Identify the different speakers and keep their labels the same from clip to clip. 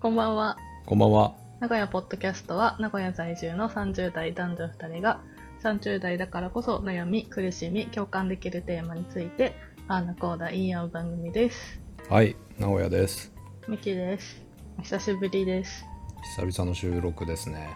Speaker 1: こんばんは。
Speaker 2: こんばんは。
Speaker 1: 名古屋ポッドキャストは、名古屋在住の30代男女2人が、30代だからこそ悩み、苦しみ、共感できるテーマについて、あーなこーだ言い合う番組です。
Speaker 2: はい、名古屋です。
Speaker 1: ミキです。お久しぶりです。
Speaker 2: 久々の収録ですね。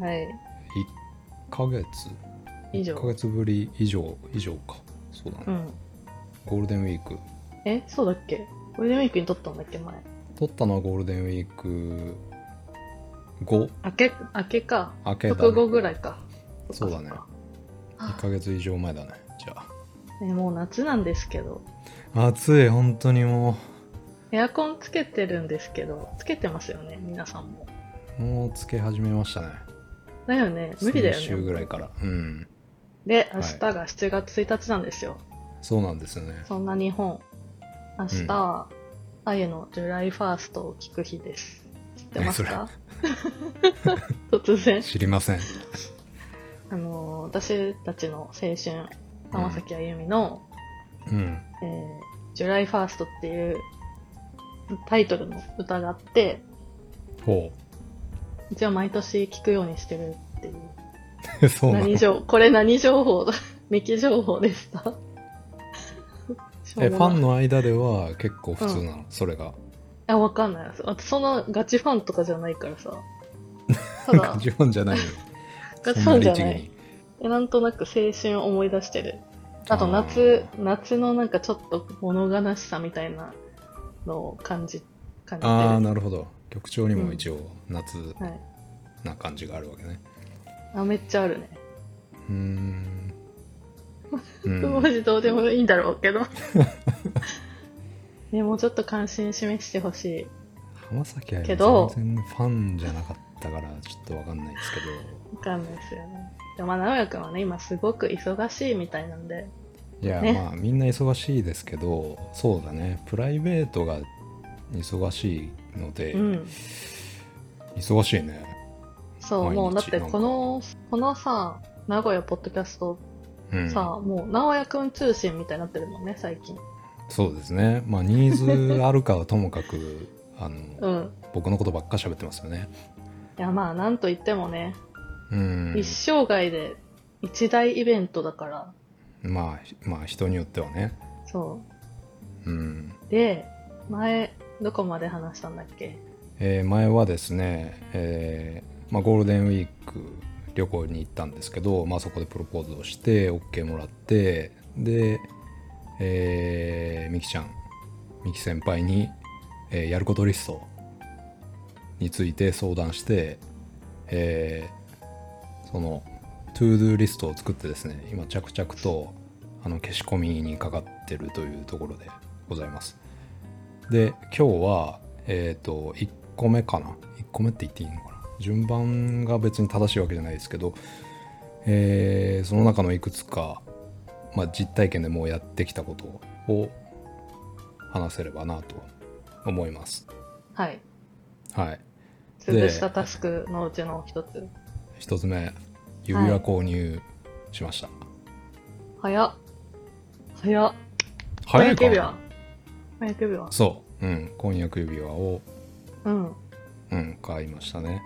Speaker 1: はい。
Speaker 2: 1ヶ月
Speaker 1: 以上
Speaker 2: 1ヶ月ぶり以上、以上か。そうだね。
Speaker 1: うん。
Speaker 2: ゴールデンウィーク。
Speaker 1: え、そうだっけゴールデンウィークに撮ったんだっけ前。
Speaker 2: 撮ったのはゴールデンウィーク5
Speaker 1: 明け、明けか。
Speaker 2: 明けだ、
Speaker 1: 直後ぐ
Speaker 2: い。
Speaker 1: らいか。
Speaker 2: そうだね
Speaker 1: そっかそっ
Speaker 2: 1
Speaker 1: か。
Speaker 2: ヶ月以上前だね。じゃ
Speaker 1: えもう夏なんですけど。
Speaker 2: あ。暑い、本当にも
Speaker 1: エアコンつけてるんですけど、つけてますよね、皆さんも。
Speaker 2: う。もうつけ始めましたね。
Speaker 1: だよね、無理だよね。
Speaker 2: 先週ぐらいから。うん。
Speaker 1: で、明日が7月1日なんですよ。
Speaker 2: そうなんですよね。
Speaker 1: そんな日本。明日は、あゆのジュライファーストを聞く日です。知ってますか 突然。
Speaker 2: 知りません。
Speaker 1: あのー、私たちの青春、浜崎あゆみの、
Speaker 2: うん。
Speaker 1: えー、ジュライファーストっていうタイトルの歌があって、
Speaker 2: ほ
Speaker 1: 一応毎年聞くようにしてるっていう。
Speaker 2: う。 そうなの
Speaker 1: 何情これ何情報だ ミキ情報でした しょ
Speaker 2: え
Speaker 1: う
Speaker 2: フ
Speaker 1: も
Speaker 2: ァ
Speaker 1: ない
Speaker 2: ンの間では結構普通なの、それが
Speaker 1: あ、わかんない。あそんなガチファンとかじゃない からさ。ただ、
Speaker 2: 自分じゃないよ
Speaker 1: ガチフ
Speaker 2: そ
Speaker 1: ァ
Speaker 2: ん
Speaker 1: ンじ
Speaker 2: な
Speaker 1: ゃ
Speaker 2: 律儀
Speaker 1: ない。
Speaker 2: に
Speaker 1: えなんとなく青春を思い出してる。あと
Speaker 2: ー
Speaker 1: 夏、夏のなんかちょっと物悲しさみたいなのを感じ、感じてる。
Speaker 2: ああ
Speaker 1: は
Speaker 2: なるほど曲調にも一応夏
Speaker 1: い。
Speaker 2: な感じがあるわけね
Speaker 1: あ、めっちゃあるね。
Speaker 2: うーん う
Speaker 1: マ
Speaker 2: ん
Speaker 1: ジどうでもいいんだろう けど。ね、もうちょっと関心示してほしい。
Speaker 2: 浜崎あゆ
Speaker 1: けど
Speaker 2: み全然ファンじゃなかったからちょっとわかんないですけど
Speaker 1: わかんないですよね。でも、まあ直哉くんはね、今すごく忙しいみたいなんで。
Speaker 2: いや、
Speaker 1: ね
Speaker 2: まあみんな忙しいですけどそうだねプライベートが忙しいので、
Speaker 1: うん。
Speaker 2: 忙しいね
Speaker 1: そう、
Speaker 2: 毎日
Speaker 1: もうだって
Speaker 2: なんか
Speaker 1: この、このさ、名古屋ポッドキャスト
Speaker 2: うん
Speaker 1: さ、もう名古屋くん通信みたいになってるもんね、最近。
Speaker 2: そうですねまあニーズあるかはともかく あの、
Speaker 1: うん。
Speaker 2: 僕のことばっか喋ってますよね
Speaker 1: いや、まあ、なんといってもね、
Speaker 2: うん
Speaker 1: 一生涯で一大イベントだから、
Speaker 2: まあひまあ人によってはね
Speaker 1: そ
Speaker 2: うん、
Speaker 1: う。で、前、どこまで話したんだっけ
Speaker 2: えー前はですね、えーまあ、ゴールデンウィーク旅行に行ったんですけど、まあ、そこでプロポーズをして OK もらってでえーみきちゃんみき先輩に、えーやることリストについて相談して、えーそのトゥードゥーリストを作ってですね今着々とあの消し込みにかかってるというところでございますで今日はえっ、と1個目かな1個目って言っていいのかな順番が別に正しいわけじゃないですけど、えーその中のいくつか、まあ、実体験でもうやってきたことを話せればなと思います
Speaker 1: はい。
Speaker 2: はい
Speaker 1: 潰したタスクのうちの一つ。
Speaker 2: 1つ目指輪購入しました、
Speaker 1: 早っ。早っ。
Speaker 2: 早いか
Speaker 1: 指輪
Speaker 2: な。
Speaker 1: 早く指輪。
Speaker 2: そううん婚約指輪を、
Speaker 1: うん。
Speaker 2: うん、買いましたね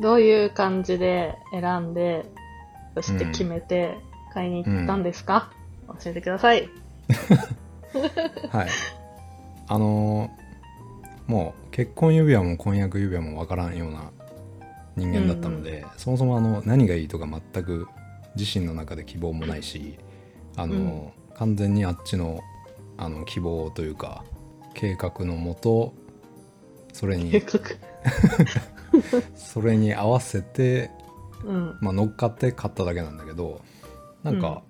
Speaker 1: どういう感じで選んで、そして決めて買いに行ったんですか、教えてください。
Speaker 2: はい。あのーもう結婚指輪も婚約指輪もわからんような人間だったので、そもそもあの何がいいとか全く自身の中で希望もないし、あのー完全にあっちのあの希望というか計画のもとそれ
Speaker 1: 計
Speaker 2: に
Speaker 1: 画。
Speaker 2: それに合わせて
Speaker 1: うん。
Speaker 2: まあ、乗っかって買っただけなんだけどなんか、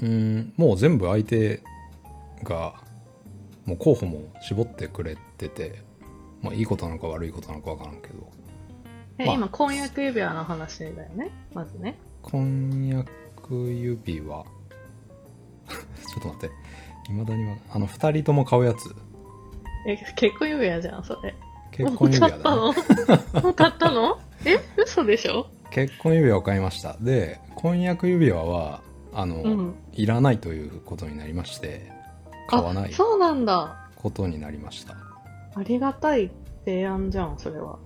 Speaker 2: うーんもう全部相手がもう候補も絞ってくれてて、まあ、いいことなのか悪いことなのか分からんけど
Speaker 1: え
Speaker 2: まあ
Speaker 1: 今、婚約指輪の話だよね。まずね。
Speaker 2: 婚約指輪 ちょっと待っていまだにはあの2人とも買うやつ
Speaker 1: え、結婚指輪じゃん、それ。
Speaker 2: 結婚指輪だ、ね、
Speaker 1: もう買った のもう買ったのえ、嘘でしょ
Speaker 2: 結婚指輪を買いましたで婚約指輪はあの、
Speaker 1: うん。
Speaker 2: いらないということになりまして買わない
Speaker 1: あそうなんだ。
Speaker 2: ことになりました
Speaker 1: ありがたい提案じゃんそれは、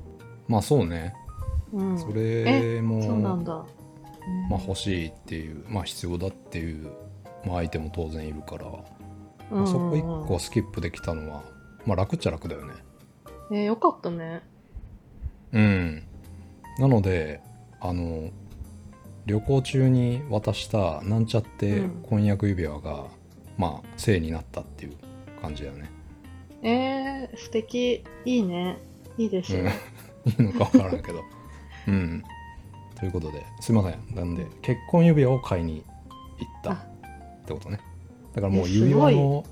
Speaker 2: まあそうね、
Speaker 1: うん、
Speaker 2: それも
Speaker 1: そうなんだ、
Speaker 2: まあ、欲しいっていう、まあ、必要だっていう、まあ、相手も当然いるから、
Speaker 1: うん
Speaker 2: まあそ
Speaker 1: うん
Speaker 2: こ
Speaker 1: うん
Speaker 2: 一個スキップできたのは、まあ、楽っちゃ楽だよね。
Speaker 1: えーよかったね
Speaker 2: うん、なのであの旅行中に渡したなんちゃって
Speaker 1: うん
Speaker 2: 婚約指輪が、まあ性になったっていう感じだよね。
Speaker 1: えー、素敵いいねいいですよ、
Speaker 2: うん、いいのか分からんけど。うん、ということですいませんなんで結婚指輪を買いに行った
Speaker 1: あ
Speaker 2: ってことね。だからもう
Speaker 1: え
Speaker 2: 指輪
Speaker 1: す
Speaker 2: の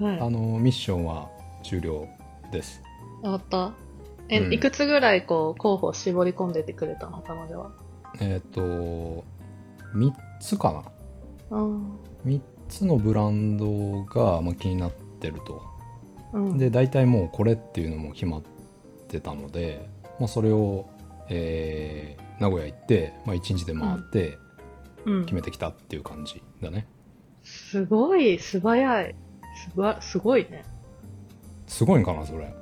Speaker 1: はい
Speaker 2: あのミッションは終了です。
Speaker 1: 終わったえ、
Speaker 2: うん
Speaker 1: いくつぐらいこう候補を絞り込んでてくれたの頭では
Speaker 2: えっ、と3つかな
Speaker 1: うん
Speaker 2: 3つのブランドが、まあ、気になってると。
Speaker 1: うん
Speaker 2: で大体もうこれっていうのも決まってたので、まあ、それを、えー名古屋行って、まあ、1日で回って
Speaker 1: うん
Speaker 2: 決めてきたっていう感じだね。
Speaker 1: すごい素早いすばすごいね
Speaker 2: すごいんかなそれ。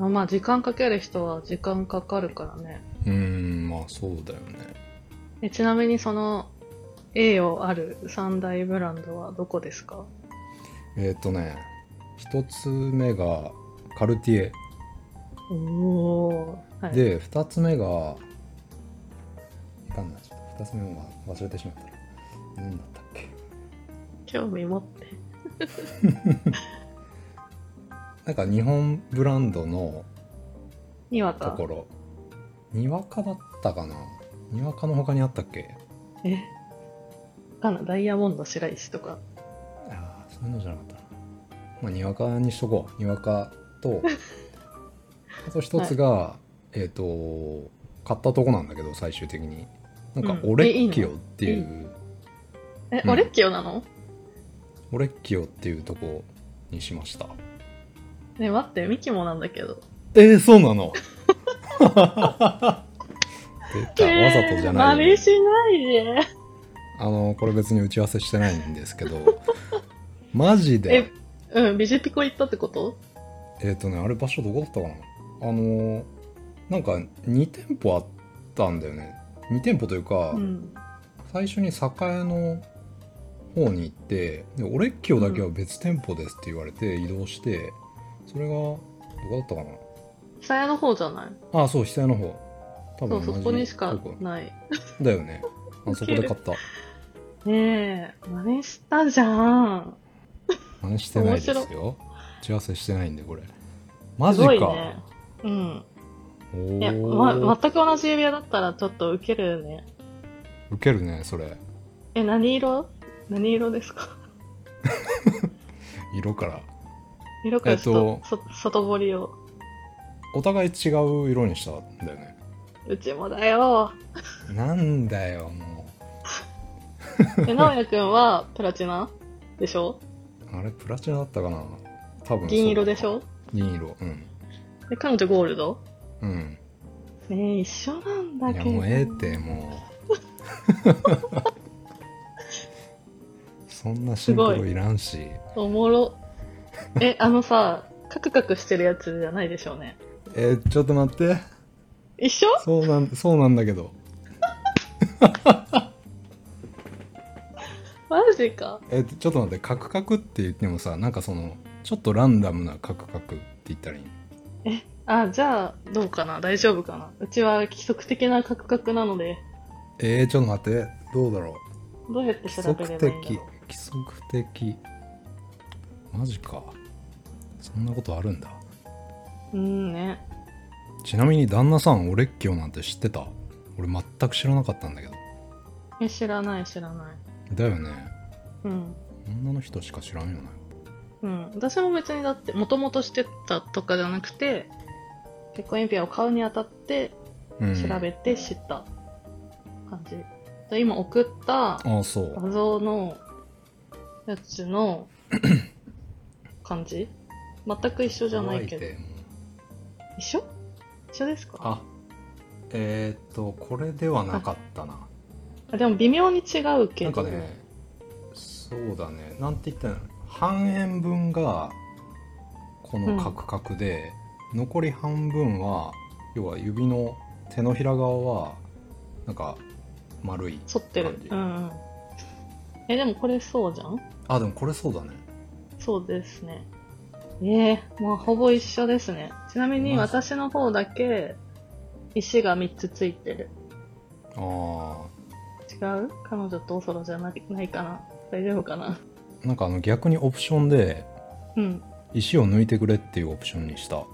Speaker 1: あまあ時間かける人は時間かかるからね
Speaker 2: うーんまあそうだよね。
Speaker 1: えちなみにその栄誉ある三大ブランドはどこですか
Speaker 2: えっ、とね1つ目がカルティエ
Speaker 1: おおー、はい、
Speaker 2: で2つ目がわかんないちょっと2つ目も忘れてしまった何だったっけ
Speaker 1: 興味持って
Speaker 2: なんか日本ブランドの
Speaker 1: にわ
Speaker 2: と
Speaker 1: か
Speaker 2: ころにわかだったかなにわかの他にあったっけ
Speaker 1: えかなダイヤモンド白石とか
Speaker 2: ああそういうのじゃなかったな、まあ、にわかにしとこうにわか とあと一つが、えっ、と買ったとこなんだけど最終的になんか
Speaker 1: うん
Speaker 2: オレ
Speaker 1: えいい
Speaker 2: ッ
Speaker 1: の
Speaker 2: キオっていう、
Speaker 1: え、
Speaker 2: うん
Speaker 1: オレッキオなの
Speaker 2: オレッキオっていうとこにしました
Speaker 1: ね待ってミキもなんだけど
Speaker 2: えー、そうなの 出た
Speaker 1: えー
Speaker 2: わざとじゃないよ
Speaker 1: 真似しないで
Speaker 2: あのこれ別に打ち合わせしてないんですけどマジで
Speaker 1: うんビジピコ行ったってこと
Speaker 2: えっ、とねあれ場所どこだったかなあのなんか2店舗あったんだよね2店舗というか、
Speaker 1: うん
Speaker 2: 最初に栄の方に行ってでオレッキオだけは別店舗ですって言われて移動して、それがどこだったか
Speaker 1: 久屋の方じゃない
Speaker 2: なあそう久屋の方多
Speaker 1: そう
Speaker 2: 分
Speaker 1: そ
Speaker 2: 同じ
Speaker 1: こにしか
Speaker 2: とこ
Speaker 1: ない
Speaker 2: だよねあそこで買った
Speaker 1: ねえ真似したじゃん
Speaker 2: 真似してないです
Speaker 1: 面
Speaker 2: よ打ち合わせしてないんでこれマジ
Speaker 1: すご
Speaker 2: か、
Speaker 1: いねうん
Speaker 2: お
Speaker 1: いや、
Speaker 2: ー
Speaker 1: ま、全く同じ指輪だったらちょっとウケるね
Speaker 2: ウケるねそれ
Speaker 1: え何色何色ですか
Speaker 2: 色から
Speaker 1: 色からちょっ
Speaker 2: え
Speaker 1: と、そ外堀を
Speaker 2: お互い違う色にしたんだよね
Speaker 1: うちもだ よ
Speaker 2: なんだよも
Speaker 1: え直哉くんはプラチナでしょ
Speaker 2: うあれプラチナだったかな多分
Speaker 1: 銀色でし
Speaker 2: そう
Speaker 1: ょ
Speaker 2: 銀色うん
Speaker 1: で彼女ゴールド
Speaker 2: うん
Speaker 1: ねえ一緒なんだ
Speaker 2: い
Speaker 1: け
Speaker 2: や
Speaker 1: ど
Speaker 2: もうええっても うそんなシンプルいらんし
Speaker 1: おもろえあのさカクカクしてるやつじゃないでしょうね
Speaker 2: えーちょっと待って
Speaker 1: 一緒
Speaker 2: そうなんそうなんだけど
Speaker 1: マジか
Speaker 2: えーちょっと待ってカクカクって言ってもさなんかそのちょっとランダムなカクカクって言ったらいいの
Speaker 1: あじゃあどうかな大丈夫かなうちは規則的なカクカクなので
Speaker 2: えー、ちょっと待ってどうだろう
Speaker 1: どうやって
Speaker 2: 規
Speaker 1: 調べ
Speaker 2: 則
Speaker 1: ればいいんだ
Speaker 2: 的
Speaker 1: ろ
Speaker 2: 規則的マジかそんなことあるんだ
Speaker 1: ううんね
Speaker 2: ちなみに旦那さんオレッキオなんて知ってた俺全く知らなかったんだけど
Speaker 1: え知らない知らない
Speaker 2: だよね
Speaker 1: うん
Speaker 2: 女の人しか知らんよね
Speaker 1: うん私も別にだってもともとしてたとかじゃなくて結婚指輪を買うにあたって
Speaker 2: うん
Speaker 1: 調べて知った感じ、で今送った
Speaker 2: ああそう
Speaker 1: 画像のやつ の感じ全く一緒じゃないけど
Speaker 2: 乾てもう
Speaker 1: 一緒一緒ですか
Speaker 2: あえー、っとこれではなかったな
Speaker 1: あでも微妙に違うけ
Speaker 2: なん
Speaker 1: ど
Speaker 2: かねそうだねなんて言ったら半円分がこのカクカクで、残り半分は要は指の手のひら側はなんか丸い
Speaker 1: 反ってる
Speaker 2: 感じ
Speaker 1: うんうんえでもこれそうじゃん
Speaker 2: あでもこれそうだね
Speaker 1: そうですねええまあほぼ一緒ですねちなみに
Speaker 2: マジ
Speaker 1: 私の方だけ石が3つついてる
Speaker 2: あ
Speaker 1: 違う彼女とおそろじゃないないかな大丈夫かな
Speaker 2: ーなんかあの逆にオプションで
Speaker 1: うん
Speaker 2: 石を抜いてくれっていうオプションにした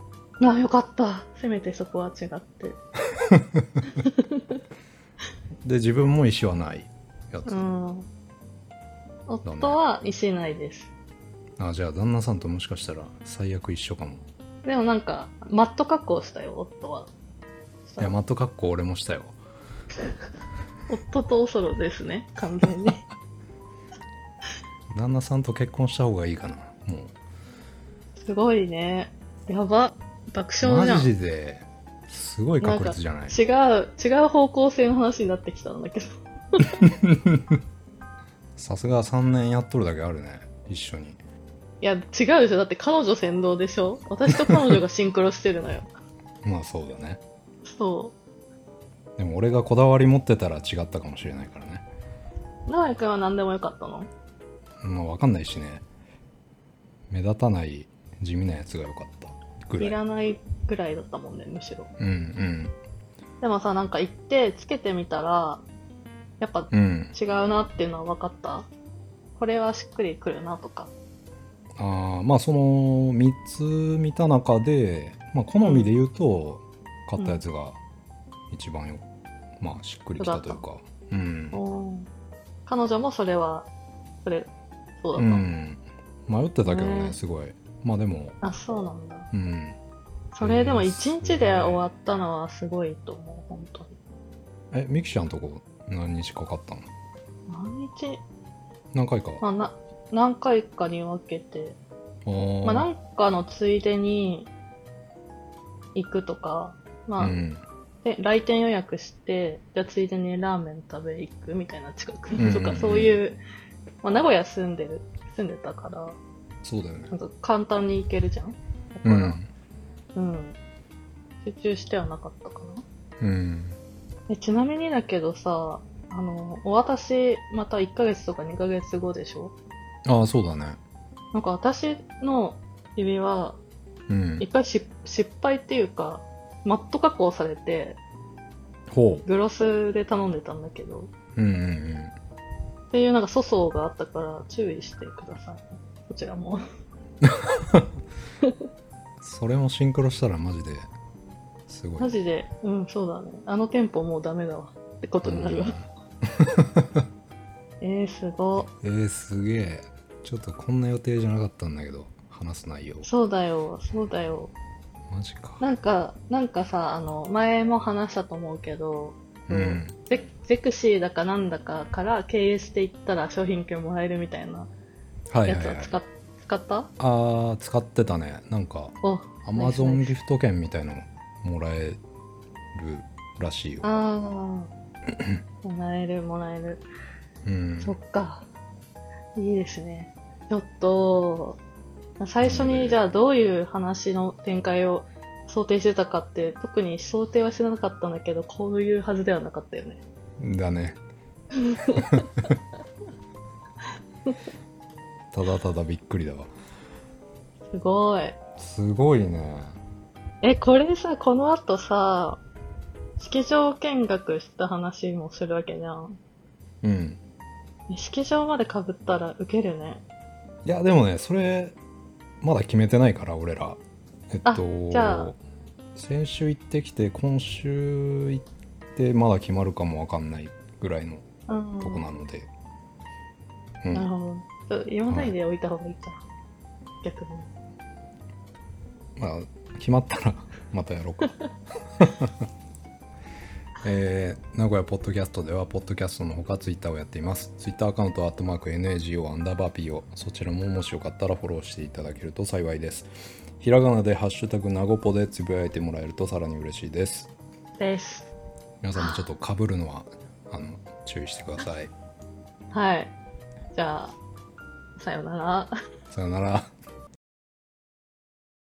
Speaker 1: あよかったせめてそこは違って
Speaker 2: で自分も石はないやつ、
Speaker 1: うん夫は石ないです
Speaker 2: あじゃあ旦那さんともしかしたら最悪一緒かも
Speaker 1: でもなんかマット加工したよ夫はい
Speaker 2: やマットカッコ俺もしたよ
Speaker 1: 夫とおそろですね完全に
Speaker 2: 旦那さんと結婚した方がいいかなも
Speaker 1: すごいねやば爆
Speaker 2: う
Speaker 1: 笑じゃ
Speaker 2: マ
Speaker 1: ん
Speaker 2: ジですごい確率じゃない
Speaker 1: 違う違う方向性の話になってきたんだけど
Speaker 2: さすが3年やっとるだけあるね一緒に
Speaker 1: いや違うでしょだって彼女先導でしょ私と彼女がシンクロしてるのよ
Speaker 2: まあそうだね
Speaker 1: そ
Speaker 2: でも俺がこだわり持ってたら違ったかもしれないからね
Speaker 1: う長井君は何でもよかったの
Speaker 2: まあ分かんないしね目立たない地味なやつが良かったぐらい
Speaker 1: いらないぐらいだったもんねむしろ
Speaker 2: うん
Speaker 1: でもさなんか行ってつけてみたらやっぱ
Speaker 2: うんうん
Speaker 1: 違うなっていうのは分かったこれはしっくりくるなとか
Speaker 2: あーまあその3つ見た中で、まあ、好みで言うと買ったやつが一番よ、まあしっくりきたというかうん
Speaker 1: 彼女もそれはそれそう
Speaker 2: う
Speaker 1: だった、
Speaker 2: ん迷ってたけどね、
Speaker 1: ね
Speaker 2: すごいまあでも
Speaker 1: あそうなんだ
Speaker 2: うん
Speaker 1: それでも
Speaker 2: えー
Speaker 1: 1日で終わったのはすごいと思う本当に
Speaker 2: えミキちゃんとこ何日かかったの
Speaker 1: 何日
Speaker 2: 何回か
Speaker 1: まあ、な何回かに分けて、
Speaker 2: ー
Speaker 1: まあ、何かのついでに行くとか、まあ
Speaker 2: うん
Speaker 1: で来店予約してじゃあついでにラーメン食べ行くみたいな近く
Speaker 2: うんうんう
Speaker 1: に
Speaker 2: ん
Speaker 1: とか、そういう、まあ、名古屋住んでる住んでたから
Speaker 2: そうだよね
Speaker 1: なんか簡単に行けるじゃんだか
Speaker 2: う
Speaker 1: ら、
Speaker 2: ん、
Speaker 1: うん集中してはなかったかな
Speaker 2: うん、
Speaker 1: えちなみにだけどさあのお渡しまた1ヶ月とか2ヶ月後でしょ
Speaker 2: ああそうだね
Speaker 1: なんか私の指輪
Speaker 2: うん
Speaker 1: 一回し失敗っていうかマット加工されて
Speaker 2: ほ
Speaker 1: グロスで頼んでたんだけど
Speaker 2: ううんうんうん
Speaker 1: っていうなんか粗相があったから注意してくださいこちらも
Speaker 2: それもシンクロしたらマジですごい
Speaker 1: マジでうんそうだねあの店舗もうダメだわってことになるわ、えー、すご
Speaker 2: うんえー、すげえちょっとこんな予定じゃなかったんだけど話す内容
Speaker 1: そうだよそうだよ
Speaker 2: マジか
Speaker 1: なんかなんかさあの前も話したと思うけど、
Speaker 2: うん
Speaker 1: ゼゼクシーだかなんだかから経由していったら商品券もらえるみたいな
Speaker 2: はい
Speaker 1: や
Speaker 2: は
Speaker 1: つ
Speaker 2: い、は、
Speaker 1: はい使,、使った
Speaker 2: ああ使ってたねなんか
Speaker 1: お
Speaker 2: アマゾ
Speaker 1: ナイスナイス
Speaker 2: ンギフト券みたいのもらえるらしいよ
Speaker 1: ああ、 もらえるもらえる。
Speaker 2: うん
Speaker 1: そっか。いいですね。ちょっと、最初
Speaker 2: なので
Speaker 1: にじゃあどういう話の展開を想定してたかって、特に想定はしてなかったんだけど、こういうはずではなかったよね。
Speaker 2: だねただただびっくりだわ
Speaker 1: すごい。
Speaker 2: すごいね
Speaker 1: え、これさ、この後さ、式場見学した話もするわけじゃん。
Speaker 2: うん
Speaker 1: え式場まで被ったらウケるね。
Speaker 2: いやでもねそれまだ決めてないから俺らえっ
Speaker 1: あ
Speaker 2: と
Speaker 1: じゃあ
Speaker 2: 先週行ってきて今週行ってまだ決まるかもわかんないぐらいの
Speaker 1: うん。
Speaker 2: とこなので、うん
Speaker 1: なるほど。ちょ言わないでおいた方がいいかな。逆に。
Speaker 2: まあ決まったら またやろうかえー名古屋ポッドキャストではポッドキャストのほかツイッターをやっていますツイッターアカウントはアットマーク NAGO アンダーバー P をそちらももしよかったらフォローしていただけると幸いですひらがなで「ハッシュタグなごぽ」でつぶやいてもらえるとさらに嬉しいです
Speaker 1: です。
Speaker 2: 皆さんもちょっとかぶるのはあの注意してください
Speaker 1: はい。じゃあ、さようなら。
Speaker 2: さよなら